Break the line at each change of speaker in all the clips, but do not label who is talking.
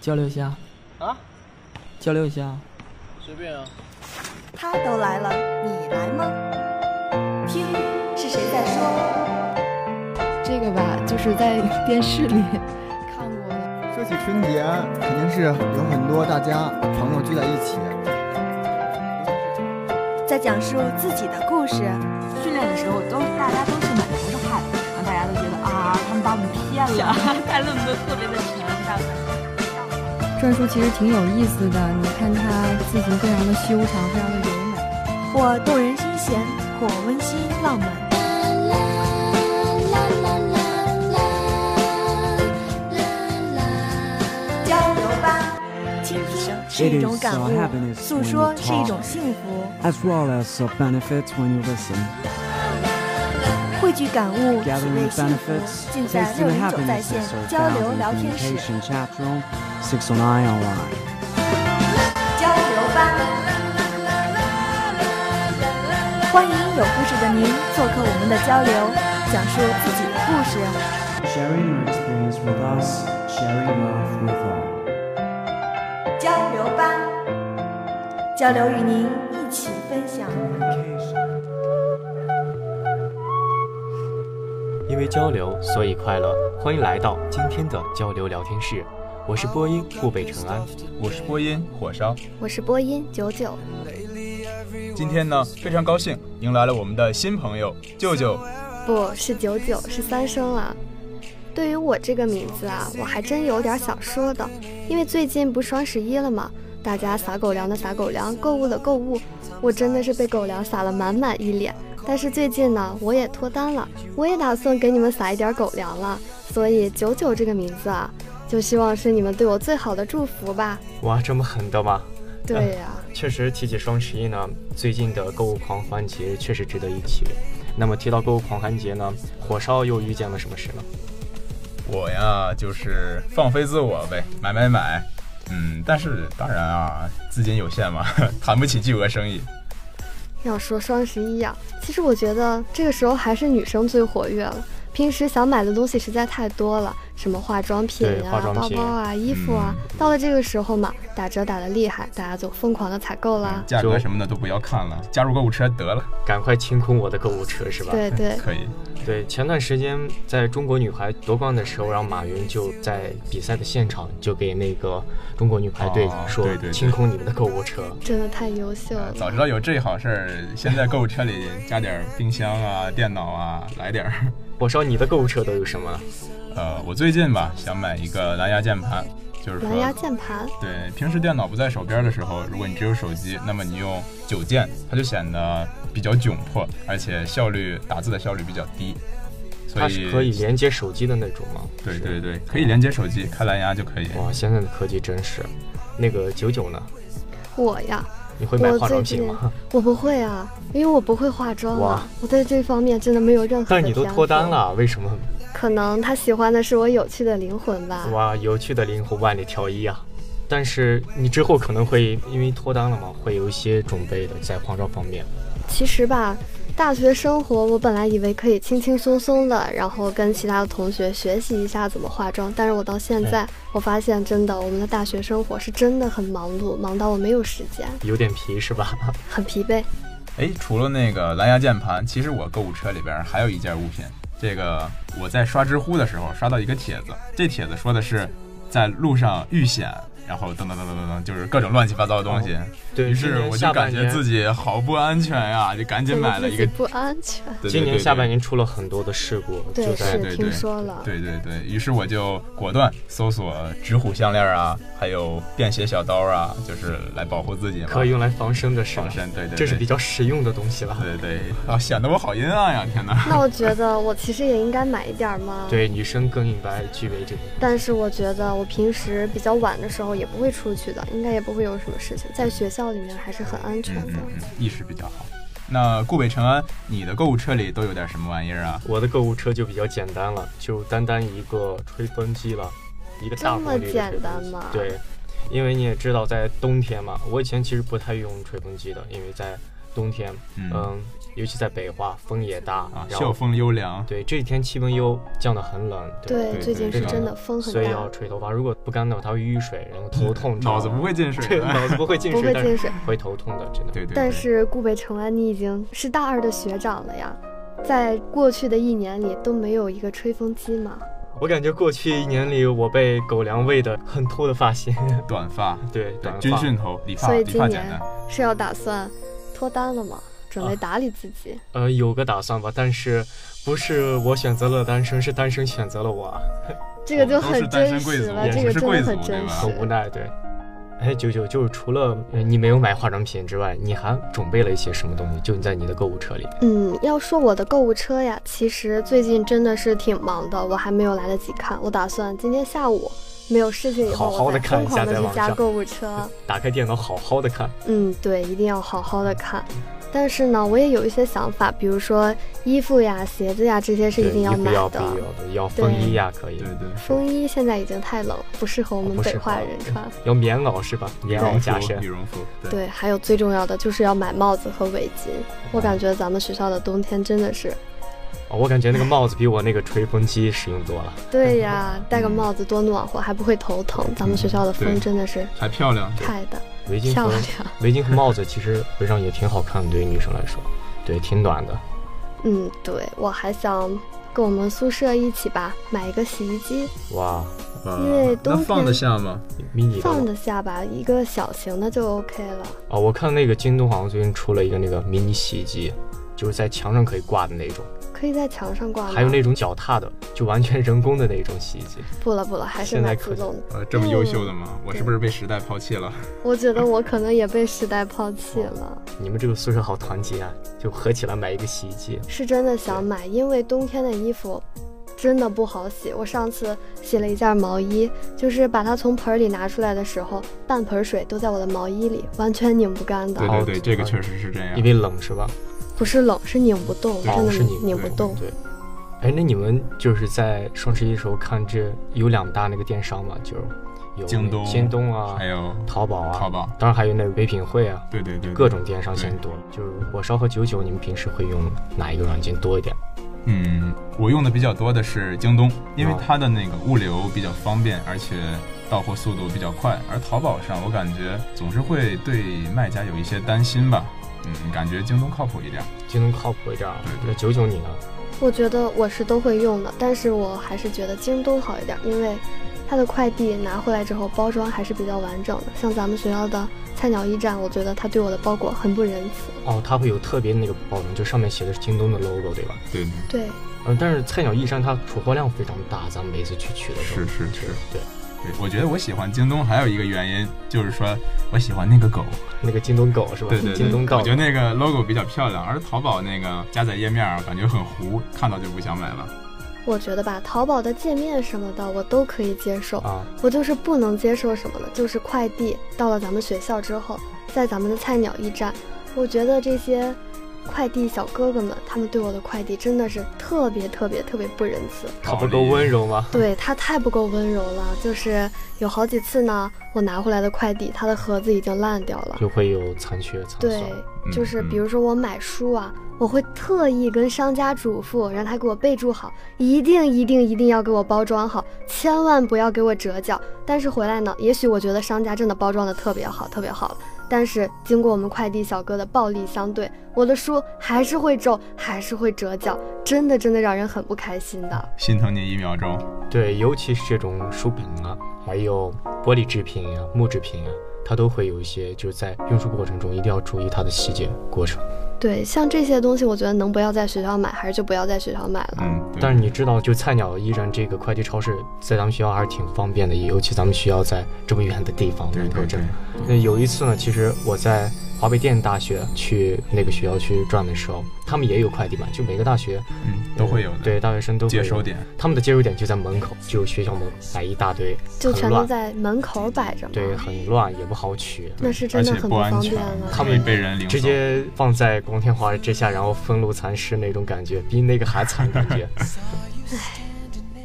交流一下，
啊，
交流一下。
随便啊。
他都来了，你来吗？听是谁在说？
这个吧，就是在 电视里看过的。
说起春节，啊肯定是有很多大家朋友聚在一起。
在讲述自己的故事。
训练的时候都大家都是满头是汗，然后大家都觉得啊，他们把我们骗了，带论文特别的疲惫。
篆书其实挺有意思的，你看它字形非常的修长，非常的柔美。
或动人心弦，或温馨浪漫。交流吧，倾听是一种感悟
It is a happiness when you，
诉说是一种幸福，
as well as the benefits when you listen.
汇聚感悟，体
Gathering
味
the
幸福
benefits,。
尽在
tasting
六
the
零九在
happiness
线
is so
交
found
流
in
聊天室，
communication chat room 609 online.
交流吧。欢迎有故事的您做客我们的交流，讲述自己的故事。
Sharing your experience with us, sharing love with all.
交流吧，交流与您一起分享。
因为交流，所以快乐。欢迎来到今天的交流聊天室，我是播音顾北辰安。
我是播音火烧。
我是播音九九，
今天呢，非常高兴迎来了我们的新朋友舅舅。
不是九九，是三声啊。对于我这个名字啊，我还真有点想说的，因为最近不双十一了嘛，大家撒狗粮的撒狗粮，购物的购物，我真的是被狗粮撒了满满一脸。但是最近呢，我也脱单了，我也打算给你们撒一点狗粮了，所以九九这个名字啊，就希望是你们对我最好的祝福吧。
哇，这么狠的吗？
对呀、
确实，提起双十一呢，最近的购物狂欢节确实值得一提。那么提到购物狂欢节呢，火烧又遇见了什么事呢？
我呀，就是放飞自我呗，买买买。嗯，但是当然啊，资金有限嘛， 谈不起巨额生意。
要说双十一呀、其实我觉得这个时候还是女生最活跃了。平时想买的东西实在太多了，什么化妆品
对
呀、
化妆
包
品
包啊、衣
嗯
服啊，到了这个时候嘛，打折打得厉害，大家就疯狂的采购啦。
价格什么的都不要看了，加入购物车得了。
赶快清空我的购物车，是吧？
对对，
可以，
对，前段时间在中国女排夺冠的时候，然后马云就在比赛的现场就给那个中国女排队
哦
说：“
对对对
清空你们的购物车。
真的太优秀了。
啊早知道有这好事儿，先在购物车里加点冰箱啊、电脑啊，来点儿。
火烧，你的购物车都有什么？
呃，我最近吧，想买一个蓝牙键盘，就是说
蓝牙键盘，
对，平时电脑不在手边的时候，如果你只有手机，那么你用九键，它就显得比较窘迫，而且效率打字的效率比较低。所
它是可以连接手机的那种吗？
对
是
对对，可以连接手机，开蓝牙就可以。
哇，现在的科技真是。那个九九呢？
我呀，
你会买
我
化妆
最
品
近
吗？
我不会啊，因为我不会化妆
哇
啊，我对这方面真的没有任何
但是
的
你都
天
脱单
赋，
了，为什么？
可能他喜欢的是我有趣的灵魂吧。
哇，有趣的灵魂万里挑一啊！但是你之后可能会因为脱单了嘛，会有一些准备的在化妆方面。
其实吧，大学生活我本来以为可以轻轻松松的，然后跟其他的同学学习一下怎么化妆，但是我到现
嗯
在，我发现真的，我们的大学生活是真的很忙碌，忙到我没有时间，
有点皮是吧？
很疲惫。
哎，除了那个蓝牙键盘，其实我购物车里边还有一件物品。这个我在刷知乎的时候刷到一个帖子，这帖子说的是在路上遇险，然后噔噔噔噔噔噔，就是各种乱七八糟的东西。
对，
于
今
是
年
我就
下
感
半
觉
年
自己好不安全呀、就赶紧
觉得
买了
自
一
己
个。
不安全。
对对
今年
对
下
对
半年出了很多的事故，
对
就在
对
是听说了，
对 对对，于是我就果断搜索纸虎项链啊，还有便携小刀啊，就是来保护自己嘛，
可以用来防身的事，
防身。对对，
这是
对
比较实用的东西了。
对对对啊，显得我好阴暗呀！天哪，
那我觉得我其实也应该买一点儿嘛。。
对，女生更应该具备这个。
但是我觉得我平时比较晚的时候也不会出去的，应该也不会有什么事情，在学校里面还是很安全
嗯
的。
嗯嗯，意识比较好。那顾北辰安，你的购物车里都有点什么玩意儿啊？
我的购物车就比较简单了，就单单一个吹风机了，一个大
这么
功率的
简
吹风
单
机
吗
对，因为你也知道，在冬天嘛，我以前其实不太用吹风机的，因为在冬天，
嗯
嗯，尤其在北化，风也大
啊，，
然
校
后
风优良，
对这几天气温又降得很冷，
对，
对
最近
对
是
这
真
个
的风很
所以要
大，
吹头发，如果不干的话，它会淤水，然后头痛，
脑子不会
对，
进水的。
脑子不会进
不
水，
会
但
进
是
水。
会头痛的，真的。
对对对，
但是顾北城啊，你已经是大二的学长了呀，在过去的一年里都没有一个吹风机嘛。
我感觉过去一年里，我被狗粮喂的很秃的发型，
短发，
对，
对
短发
军训头，理发，
所以
理
今
发简
年
单。
是要打算脱单了吗？准备
啊
打理自己，
呃，有个打算吧，但是不是我选择了单身，是单身选择了我，
这个就
我哦们都是
很
单身
真
贵
实
族
了，
也
这
不
个
是
真的
贵
很
族对
真
吧
实
很。无奈，对。哎，九九，就是除了呃你没有买化妆品之外，你还准备了一些什么东西？就你在你的购物车里，
嗯，要说我的购物车呀，其实最近真的是挺忙的，我还没有来得及看。我打算今天下午没有事情以后，
好好
我再
地看
疯
一下
狂的
在
去
网
加
上
购物车。
打开电脑好好的看。
嗯，对，一定要好好的看。但是呢，我也有一些想法，比如说衣服呀、鞋子呀，这些是
对，
一定要
衣服
买
要必
的。
有的，要风衣呀、可以
对，对，
风衣现在已经太冷，不适合我
哦
们
不
北
适
化
合
人穿。
要棉袄是吧？棉袄加身
羽，绒服，对
对，还有最重要的就是要买帽子和围巾。我感觉咱们学校的冬天真的是，
哦我感觉那个帽子比我那个吹风机实用多了。
对呀，啊戴个帽子多暖和，还不会头疼。咱
嗯
们学校的风
对
真的是
还漂亮。
太的
围巾
漂
和
亮。
围巾和帽子其实围上也挺好看的，对于女生来说，对，挺暖的。
嗯，对，我还想跟我们宿舍一起吧，买一个洗衣机，
哇，
因为
那
冬
放得
天
下吗？
迷你的
放得下吧，一个小型的就 OK 了。
哦，我看那个京东好像最近出了一个那个迷你洗衣机，就是在墙上可以挂的那种，
可以在墙上挂吗？
还有那种脚踏的，就完全人工的那种洗衣机。
不了不了，还是
现在
买
可以
自动的。
呃，这么优秀的吗？我是不是被时代抛弃了？
我觉得我可能也被时代抛弃了，
你们这个宿舍好团结啊，就合起来买一个洗衣机。
是真的想买，因为冬天的衣服真的不好洗。我上次洗了一件毛衣，就是把它从盆儿里拿出来的时候，半盆水都在我的毛衣里，完全拧不干的
对，对
哦
对，
对
这个确实是这
因
样。
为冷是吧？
不是冷，是拧不动，
哦
真的
是拧不
拧不动。
对。哎，那你们就是在双十一的时候看这有两大那个电商嘛，就是有
京东
京东啊，
还有
淘宝啊，
淘宝，
当然还有那个唯品会啊，
对对对，
各
种
种电商
对
现在多了。就是火烧和九九，你们平时会用哪一个软件多一点？
嗯，我用的比较多的是京东，因为
哦
它的那个物流比较方便，而且到货速度比较快。而淘宝上，我感觉总是会对卖家有一些担心吧。嗯，感觉京东靠谱一点。
京东靠谱一点儿啊
对。对
那九九你呢？
我觉得我是都会用的，但是我还是觉得京东好一点，因为它的快递拿回来之后包装还是比较完整的。像咱们学校的菜鸟驿站，我觉得它对我的包裹很不仁慈。
哦，它会有特别那个包装，就上面写的是京东的 logo，对吧？
对，对
对，
嗯，但是菜鸟驿站它储货量非常大，咱们每次去取的时候
是是是。
对，
对，我觉得我喜欢京东还有一个原因就是说，我喜欢那个狗。
那个京东狗是吧？
对对对，
京东狗
我觉得那个 logo 比较漂亮，而淘宝那个加载页面儿感觉很糊，看到就不想买了。
我觉得吧，淘宝的界面什么的我都可以接受，
啊，
我就是不能接受什么呢？就是快递到了咱们学校之后，在咱们的菜鸟驿站，我觉得这些快递小哥哥们，他们对我的快递真的是特别特别特别不仁慈。
它不够温
柔。
柔吗？
对他太不够温柔了，就是有好几次呢，我拿回来的快递，它的盒子已经烂掉了。
就会有残缺残
对
损。，
嗯
就是比
嗯
如说我买书啊，我会特意跟商家嘱咐，让他给我备注好，一定一定一定要给我包装好，千万不要给我折角。但是回来呢，也许我觉得商家真的包装的特别好，特别好了。但是经过我们快递小哥的暴力相对，我的书还是会皱，还是会折角，真的真的让人很不开心的。
心疼你一秒钟。
对，尤其是这种书本啊，还有玻璃制品呀、木制品呀、啊它都会有一些，就是在运输过程中一定要注意它的细节过程。
对，像这些东西，我觉得能不要在学校买，还是就不要在学校买了。
嗯，对
但是你知道，就菜鸟驿站这个快递超市，在咱们学校还是挺方便的，尤其咱们学校在这么远的地方
对
能够
对
这
对
样。，那有一次呢，其实我在华北电大学去那个学校去转的时候，他们也有快递嘛，就每个大学
嗯，都会有的。
对，大学生都会
接
有
收，点，
他们的接收点就在门口，就学校门口摆一大堆，
就
很
全都
乱
在门口摆着嘛。
对，很乱，也不好取。
那是真的
而且
很不
不安
方
全
便了，
他们
被人领走
直接放在光天化日 之下，然后风露残尸那种感觉，比那个还惨感觉。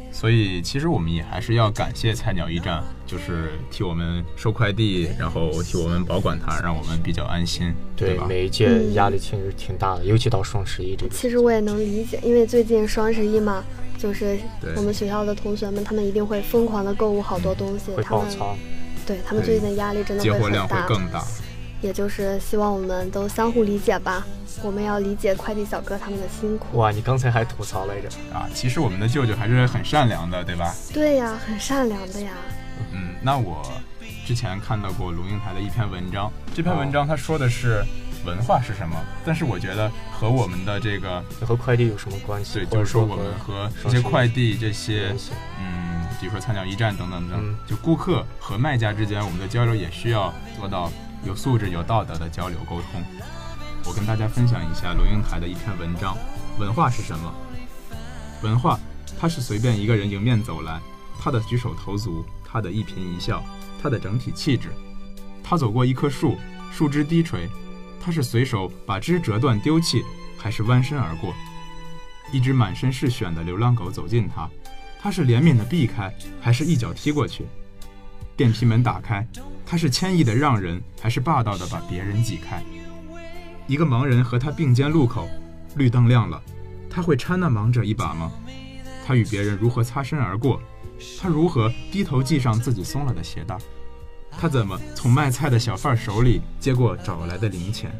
所以其实我们也还是要感谢菜鸟驿站，就是替我们收快递，然后替我们保管它，让我们比较安心，
对
吧？
每一届压力其实挺大的，尤其到双十一这个。
其实我也能理解，因为最近双十一嘛，就是
对
我们学校的同学们，他们一定会疯狂的购物好多东西，
会
他
爆
们
仓，
对他们
对
最近的压力真的
接货
很
量会
大，
更大。
也就是希望我们都相互理解吧，我们要理解快递小哥他们的辛苦。
哇！你刚才还吐槽来着，
啊，其实我们的舅舅还是很善良的，对吧？
对呀，很善良的呀。
嗯，那我之前看到过龙应台的一篇文章，这篇文章他说的是文化是什么，但是我觉得和我们的这个
你和快递有什么关系？
对，
或
就
者
是说
说
我们和这
双十
些
一
快递这些
联系
嗯，比如说菜鸟驿站等等等，
嗯
就顾客和卖家之间，我们的交流也需要做到有素质、有道德的交流沟通。我跟大家分享一下龙应台的一篇文章：文化是什么？文化，它是随便一个人迎面走来，他的举手投足，他的一颦一笑，他的整体气质。他走过一棵树，树枝低垂，他是随手把枝折断丢弃，还是弯身而过？一只满身是癣的流浪狗走近他，他是怜悯的避开，还是一脚踢过去？电梯门打开，他是谦意的让人，还是霸道的把别人挤开？一个盲人和他并肩路口，绿灯亮了，他会搀那盲者一把吗？他与别人如何擦身而过？他如何低头系上自己松了的鞋带？他怎么从卖菜的小贩手里接过找来的零钱？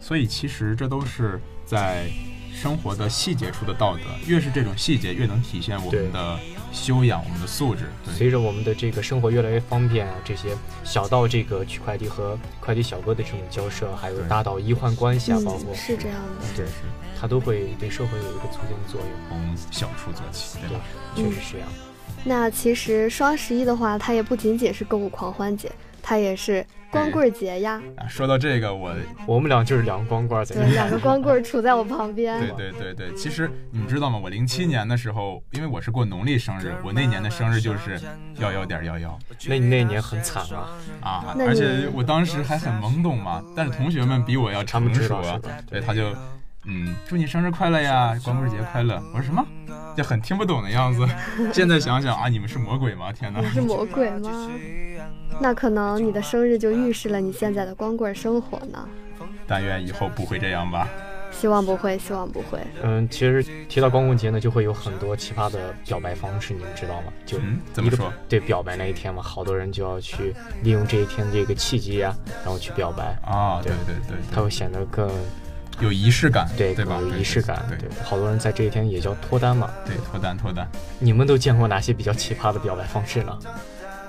所以其实这都是在生活的细节处的道德，越是这种细节，越能体现我们的修养、我们的素质。对，
随着我们的这个生活越来越方便啊，这些小到这个取快递和快递小哥的这种交涉，还有
对
大到医患关系啊，包括
嗯，是这样的。
对，它都会对社会有一个促进作用。
从小处做起，对吧？
确实是这样。
嗯那其实双十一的话，它也不仅仅是购物狂欢节，它也是光棍节呀。
啊，说到这个，我
我们俩就是两个光棍儿在
对，
那
两个光棍儿杵在我旁 边。
对对对对，其实你们知道吗？我零七年的时候，因为我是过农历生日，我那年的生日就是幺幺点幺幺
那你那一年很惨啊，
啊，
那你
而且我当时还很懵懂嘛，但是同学们比我要
他们
成
知
熟
道是
啊，
吧？
对，他就嗯，祝你生日快乐呀，光棍节快乐。我说什么？就很听不懂的样子。 现在想想啊，你们是魔鬼吗？天哪
你！是魔鬼吗？那可能你的生日就预示了你现在的光棍儿生活呢。
但愿以后不会这样吧。
希望不会，希望不会。
嗯，其实提到光棍节呢，就会有很多奇葩的表白方式，你们知道吗？就
嗯，怎么
一个
说？
对表白那一天嘛，好多人就要去利用这一天这个契机啊，然后去表白，
啊，对对对
它会显得更
对，有仪式感，
对
对吧？
更有仪式感。
对对
好多人在这一天也叫脱单嘛。
对，脱单脱单。
你们都见过哪些比较奇葩的表白方式呢？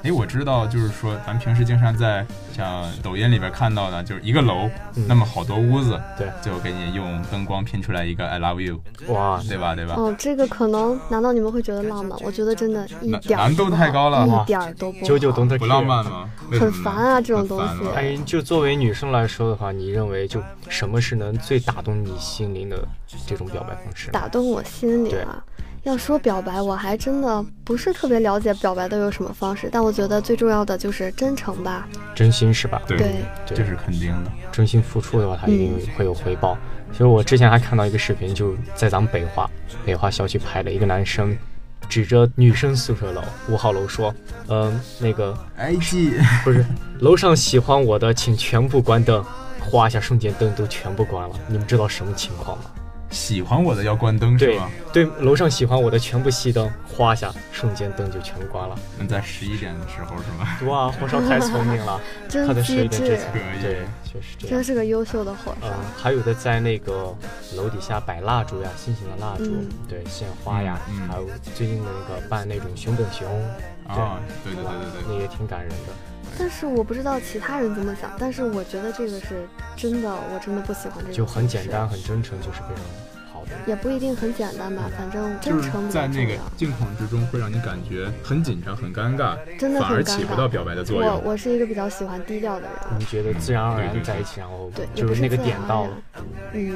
哎，我知道，就是说，咱平时经常在像抖音里边看到的，就是一个楼，
嗯
那么好多屋子，
对，
就给你用灯光拼出来一个 I love you，
哇，
对吧？对吧？
哦，这个可能，难道你们会觉得浪漫？我觉得真的一
难
点儿
难
都
度
不
太
好
高了哇
一点儿都不好。
九九懂得
不浪漫吗？为什
很
么呢
烦啊这种
很烦
东西
吗
哎，就作为女生来说的话，你认为就什么是能最打动你心灵的这种表白方式呢？
打动我心里啊。要说表白，我还真的不是特别了解表白都有什么方式，但我觉得最重要的就是真诚吧。
真心是吧？
对
对，
对
这是肯定的。
真心付出的话，它一定会有回报。其实我之前还看到一个视频，就在咱们北华北华校区拍的，一个男生指着女生宿舍楼五号楼说：“嗯、那个
哎，记
不是楼上喜欢我的，请全部关灯。”哗一下，瞬间灯都全部关了。你们知道什么情况吗？
喜欢我的要关灯是
对
吧？
对，楼上喜欢我的全部熄灯， 哗一下，瞬间灯就全关了。
那嗯在十一点的时候是吧？
哇，火烧太聪明了，
真
他的十
机
一点之
智，
前
可，以
对，确实这样
真。是个优秀的伙
嗯
伴。，
还有的在那个楼底下摆蜡烛呀，星星的蜡烛，
嗯
对，献花呀，
嗯嗯
还有最近的那个办那种熊本熊，
啊，对对对对对，
那也挺感人的。
但是我不知道其他人怎么想，但是我觉得这个是真的，我真的不喜欢这个，
就很简单，，很嗯真诚，就是非常好的。
也不一定很简单吧，反正
就
真
是
诚比较
在
重
那个
要，
惊恐之中会让你感觉很紧张、很尴尬，
真的
反而
很
起
尴
不到
尬。
表白的作
我
用。
我是一个比较喜欢低调的人，
你觉得自然而
嗯对对
然
对
在一起，然后
对，也
就是
不是
那个
自
点
然而
到
然
了，
嗯，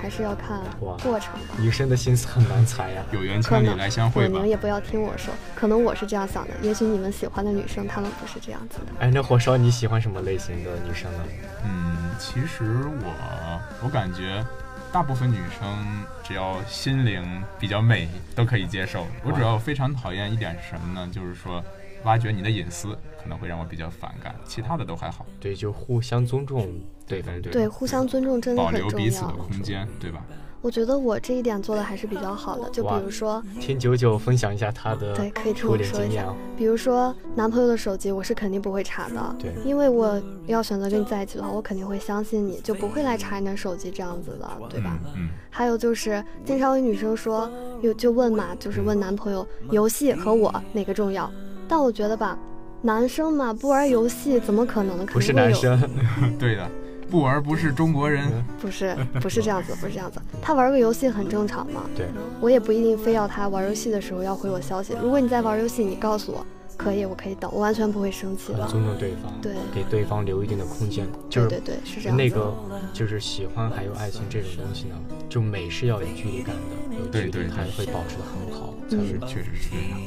还是要看
哇
过程吧。
女生的心思很难猜呀。
有缘千里
可能
来相
对，
会
你
吧
们。也不要听我说，可能我是这样想的，也许你们喜欢的女生她们不是这样子的。
哎，那火烧你喜欢什么类型的女生呢？
嗯，其实我我感觉大部分女生只要心灵比较美都可以接受。我主要非常讨厌一点是什么呢？就是说挖掘你的隐私可能会让我比较反感，其他的都还好。
对，就互相尊重对方，
对，互相尊重真的
保
很
留
重
彼此的
要。
空间，对吧？
我觉得我这一点做的还是比较好的，就比
哇
如说，
听九九分享一下他的
对，可以听
初
我
恋
说
经
一
验
下
啊。，
比如说男朋友的手机，我是肯定不会查的，
对
因为我要选择跟你在一起的话，我肯定会相信你，就不会来查你的手机这样子的，对吧？
嗯嗯，
还有就是，经常有女生说，有就问嘛，就是问男朋友游戏和我哪个重要？但我觉得吧，男生嘛不玩游戏怎么可能？
不是
肯定
男
会有
生，
嗯对的，不玩不是中国
嗯
人。
不是不是这样子，不是这样子。他玩个游戏很正常嘛，
对，
我也不一定非要他玩游戏的时候要回我消息。如果你在玩游戏，你告诉我，可以，我可以等，我完全不会生气
很
的。
尊重对方，
对
给对方留一定的空间，就
对
是
对对，是这样子。
那个就是喜欢还有爱情这种东西呢，就美是要有距离感的，有距
对对
离
对
它会保持的很好，才
嗯
会
确实是这样。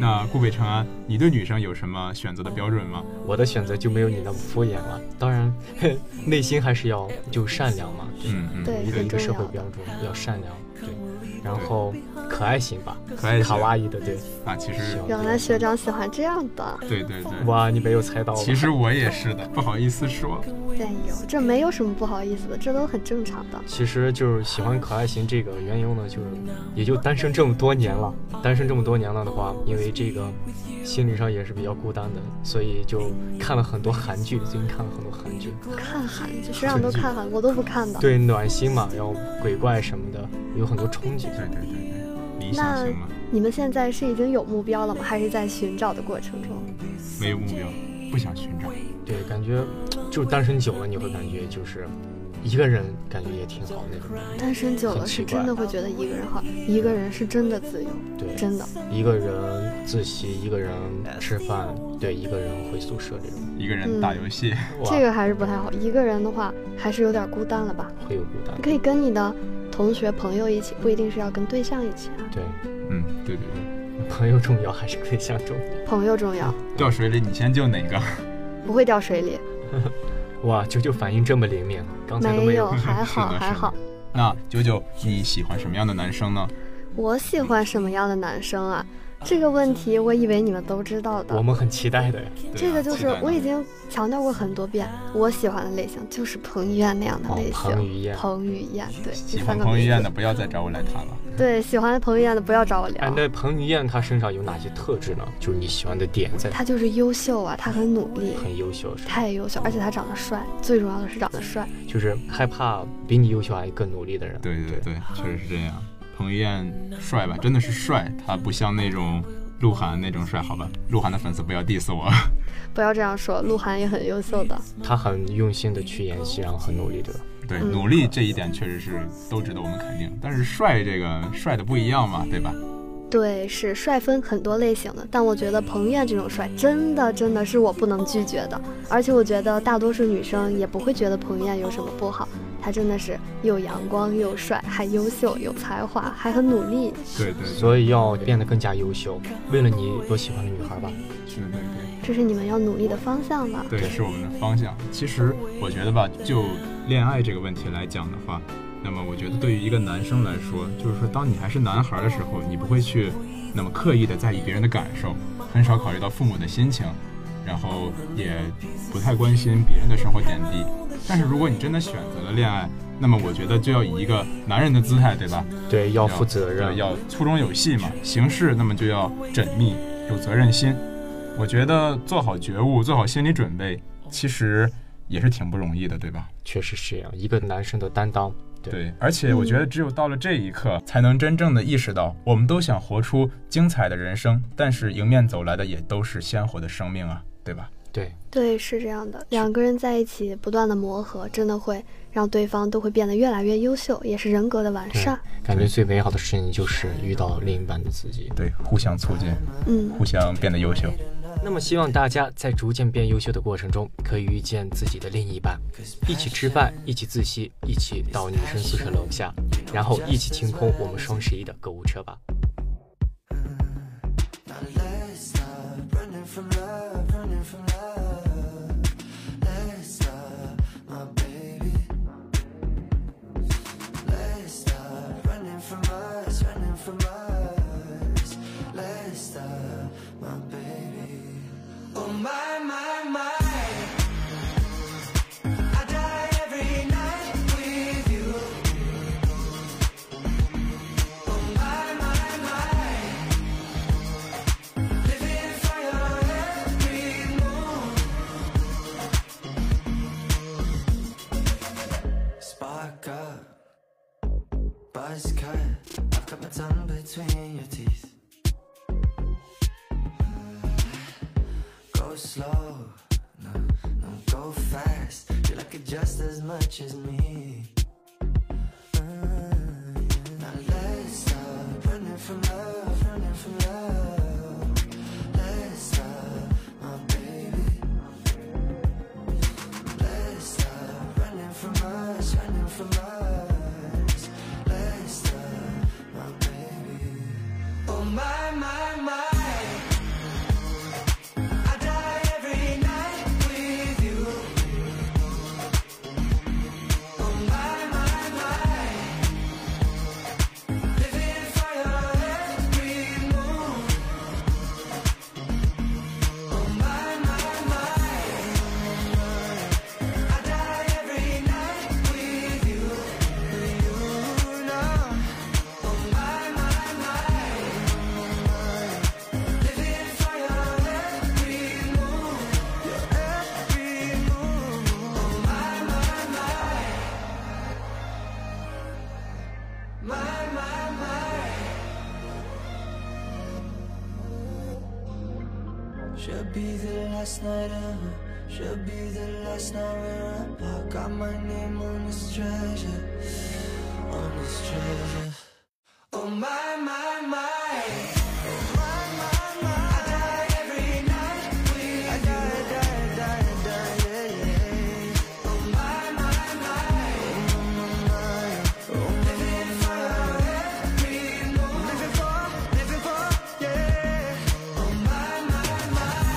那顾北辰安，你对女生有什么选择的标准吗？
我的选择就没有你那么敷衍了。当然， 内心还是要就善良嘛，对
嗯嗯，
对
一个
很
一个
重
社会
要
标准要善良，对，然后可爱型吧，
可爱型
卡哇伊的，对，
啊，其实
行
原来学长喜欢这样的，
对对对，
哇，哦你没有猜到吧，
其实我也是的，不好意思说。
哎呦，这没有什么不好意思的，这都很正常的。
其实就是喜欢可爱型这个缘由呢，就是也就单身这么多年了，单身这么多年了的话，因为这个心理上也是比较孤单的，所以就看了很多韩剧，最近看了很多韩剧，
看韩剧，学长都看韩，我都不看的。
对暖心嘛，然后鬼怪什么的，有很多憧憬。
对对对对，理想
那
型嘛，
你们现在是已经有目标了吗？还是在寻找的过程中？
没有目标，不想寻找。
对，感觉就是单身久了，你会感觉就是一个人，感觉也挺好那种。
单身久了
很奇
是
怪
真的会觉得一个人好，一个人是真的自由，
对，
真的。
一个人自习，一个人吃饭，对，一个人回宿舍这种，
一个人打游戏，
哇，
这个还是不太好。一个人的话，还是有点孤单了吧？
会有孤单
你。可以跟你的同学、朋友一起，不一定是要跟对象一起啊。
对，
嗯，对对对，
朋友重要还是对象重要？
朋友重要，
掉水里你先救哪个？
不会掉水里。
哇，九九反应这么灵敏，刚才都
没
没
有，
有。
还
是
好
的
还
是的
好。
那九九，你喜欢什么样的男生呢？
我喜欢什么样的男生啊？这个问题我以为你们都知道
我
的。
们很期 待的呀。
对啊
这个就
期
是
待呢
我已经强调过很多遍，我喜欢的类型就是彭于晏那样的
哦
类型。
彭于晏
彭于晏，对，这
喜欢
三个
彭于
名
晏
字
的，不要再找我来谈了。
对，喜欢彭于晏的不要找我聊。
哎，那彭于晏他身上有哪些特质呢？就是你喜欢的点在，
他就是优秀啊，他很努力，
很优秀是吧？
太优秀，而且他长得帅，最重要的是长得帅。
就是害怕比你优秀还更努力的人。
对对对，确实是这样。彭于晏帅吧，真的是帅，他不像那种鹿晗那种帅，好吧？鹿晗的粉丝不要 diss 我。
不要这样说，鹿晗也很优秀的。
他很用心的去演戏，然后很努力的。
对，
嗯
努力这一点确实是都值得我们肯定，但是帅这个帅的不一样嘛，对吧？
对，是帅分很多类型的，但我觉得彭于晏这种帅，真的真的是我不能拒绝的。而且我觉得大多数女生也不会觉得彭于晏有什么不好，他真的是又阳光又帅，还优秀，有才华，还很努力。
对对
所以要变得更加优秀，为了你所喜欢的女孩吧。
是对对
这是你们要努力的方向了。
对，是我们的方向。其实我觉得吧，就恋爱这个问题来讲的话，那么我觉得对于一个男生来说，就是说当你还是男孩的时候，你不会去那么刻意的在意别人的感受，很少考虑到父母的心情，然后也不太关心别人的生活点滴。但是如果你真的选择了恋爱，那么我觉得就要以一个男人的姿态，对吧？
对，要负责任，
要粗中有细嘛。行事那么就要缜密，有责任心。我觉得做好觉悟，做好心理准备，其实也是挺不容易的，对吧？
确实是这样。一个男生的担当，对
对，而且我觉得只有到了这一刻，才能真正的意识到，我们都想活出精彩的人生，但是迎面走来的也都是鲜活的生命啊，对吧？
对，
对，是这样的，两个人在一起不断的磨合，真的会让对方都会变得越来越优秀，也是人格的完善。
感觉最美好的事情就是遇到另一半的自己。
对，互相促进，
嗯，
互相变得优秀。
那么希望大家在逐渐变优秀的过程中，可以遇见自己的另一半，一起吃饭，一起自习，一起到女生宿舍楼下，然后一起清空我们双十一的购物车吧。
tongue between your teeth. Go slow, no, no, go fast. You like it just as much as me. Mm, Now let's stop running from love, running from love. Let's stop, my baby. Let's stop running from us, running from us. Let's stop, my baby. Oh my, my, my. I die every night with you. Oh my, my, my. Living for your every move. Oh my, my, my. I die every night with you, with you now. Oh my, my, my, living for your every move, your every move. Oh my, my, my, my, my, my. Should be the last night ever. Should be the last night we're apart. Got my name on this treasure, on this treasure. Oh my, my, my. Oh my, my, my. I die every night with I die, I die, I die, I die, yeah, yeah. Oh my, my, my. Oh my, my, my. Oh living for your every move. Living for, living for, yeah. Oh my, my, my.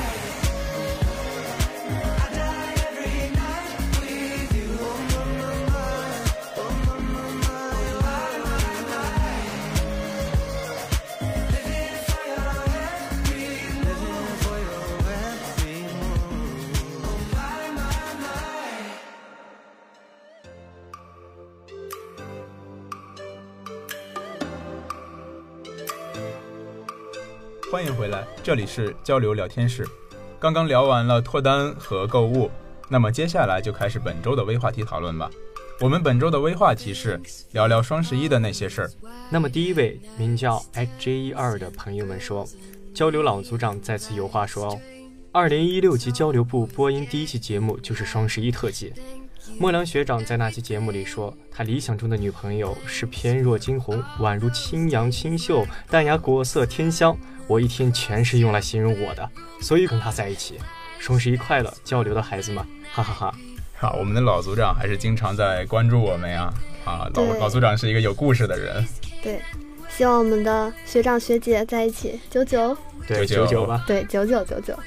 I die every night with you. Oh my, my, my. Oh my, my, my. Oh my, my, my. Living for your every move. Living for your every move. Oh my, my, my.
欢迎回来，这里是交流聊天室。刚刚聊完了脱单和购物，那么接下来就开始本周的微话题讨论吧。我们本周的微话题是聊聊双十一的那些事儿。
那么第一位名叫 HJ 二的朋友们说，交流老组长再次有话说哦。二零一六级交流部播音第一期节目就是双十一特辑，莫良学长在那期节目里说，他理想中的女朋友是翩若惊鸿，宛如清扬清秀，淡雅果色天香。我一天全是用来形容我的，所以跟他在一起。双十一快乐，交流的孩子们，哈哈哈
啊，我们的老组长还是经常在关注我们呀。啊，老
对
老组长是一个有故事的人。
对，希望我们的学长学姐在一起，九九
对，
九九
九九吧。
对，九九九九。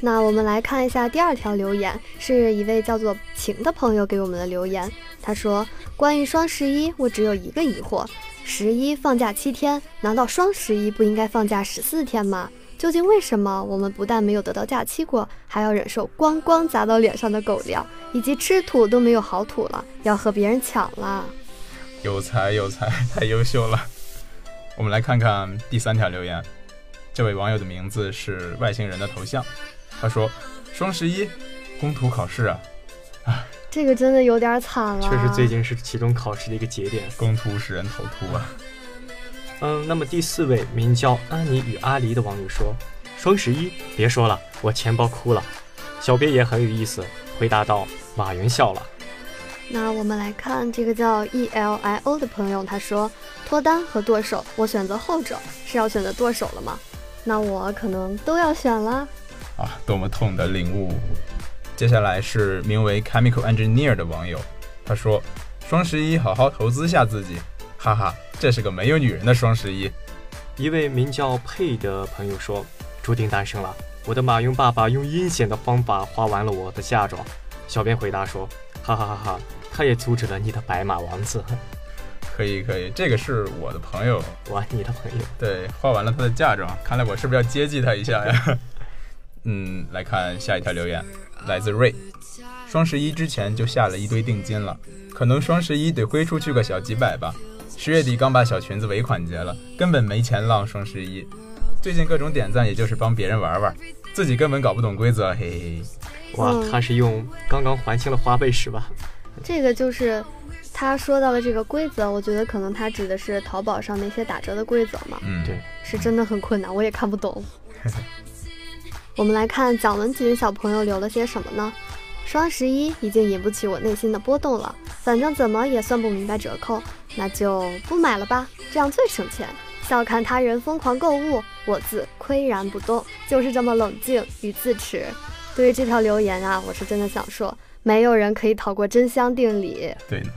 那我们来看一下第二条留言，是一位叫做晴的朋友给我们的留言。他说：“关于双十一，我只有一个疑惑：十一放假七天，难道双十一不应该放假十四天吗？究竟为什么我们不但没有得到假期过，还要忍受咣咣砸到脸上的狗粮，以及吃土都没有好土了，要和别人抢了？
有才有才，太优秀了！我们来看看第三条留言，这位网友的名字是外星人的头像，他说：“双十一，工图考试啊，
这个真的有点惨了。”
确实，最近是期中考试的一个节点。
工图使人头秃啊！
嗯，那么第四位名叫安妮与阿离的网友说：“双十一，别说了，我钱包哭了。”小编也很有意思，回答道：“马云笑了。
那我们来看这个叫 E L I O 的朋友，他说脱单和剁手，我选择后者，是要选择剁手了吗？那我可能都要选啦。
啊，多么痛的领悟！接下来是名为 Chemical Engineer 的网友，他说：“双十一好好投资下自己，哈哈，这是个没有女人的双十一。”
一位名叫佩的朋友说：“注定单身了。我的马云爸爸用阴险的方法花完了我的嫁妆。”小编回答说：“哈哈哈哈，他也阻止了你的白马王子，
可以可以，这个是我的朋友
我爱你的朋友。
对，画完了他的嫁妆，看来我是不是要接济他一下呀？ 嗯，来看下一条留言，来自瑞，双十一之前就下了一堆定金了，可能双十一得挥出去个小几百吧。十月底刚把小裙子尾款结了，根本没钱浪双十一。最近各种点赞，也就是帮别人玩玩，自己根本搞不懂规则，嘿嘿。”
哇，
嗯
他是用刚刚还清了花呗是吧？
这个就是他说到了这个规则，我觉得可能他指的是淘宝上那些打折的规则嘛，
嗯，
对，
是真的很困难，我也看不懂。我们来看蒋雯锦小朋友留了些什么呢？双十一已经引不起我内心的波动了，反正怎么也算不明白折扣，那就不买了吧，这样最省钱。笑看他人疯狂购物，我自岿然不动，就是这么冷静与自持。对于这条留言啊，我是真的想说，没有人可以逃过真香定理。
对呢，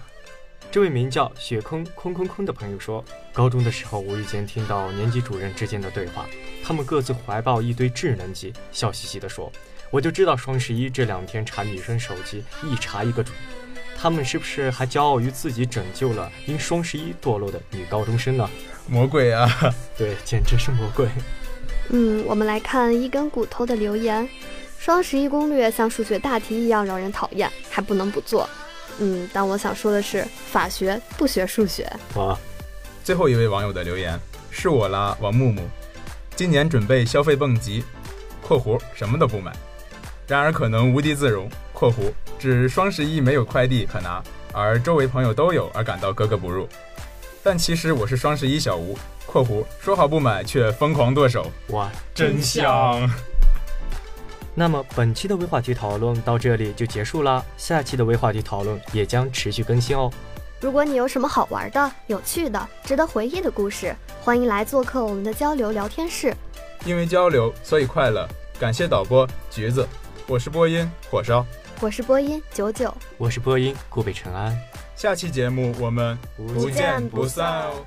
这位名叫雪空空空空的朋友说，高中的时候无意间听到年级主任之间的对话，他们各自怀抱一堆智能机，笑嘻嘻地说：“我就知道双十一这两天查女生手机，一查一个准。”他们是不是还骄傲于自己拯救了因双十一堕落的女高中生呢？
魔鬼啊！
对，简直是魔鬼。
嗯，我们来看一根骨头的留言：双十一攻略像数学大题一样让人讨厌，还不能不做。嗯，但我想说的是，法学不学数学。
哇，
最后一位网友的留言是我啦，王木木，今年准备消费蹦极（括弧什么都不买），然而可能无地自容（括弧指双十一没有快递可拿，而周围朋友都有而感到格格不入）。但其实我是双十一小吴（括弧说好不买却疯狂剁手
哇，），
真香！
那么本期的微话题讨论到这里就结束啦，下期的微话题讨论也将持续更新哦。
如果你有什么好玩的、有趣的、值得回忆的故事，欢迎来做客我们的交流聊天室。
因为交流，所以快乐。感谢导播橘子，我是播音火烧。
我是播音九九。
我是播音顾北辰安。
下期节目我们
不
见不散哦。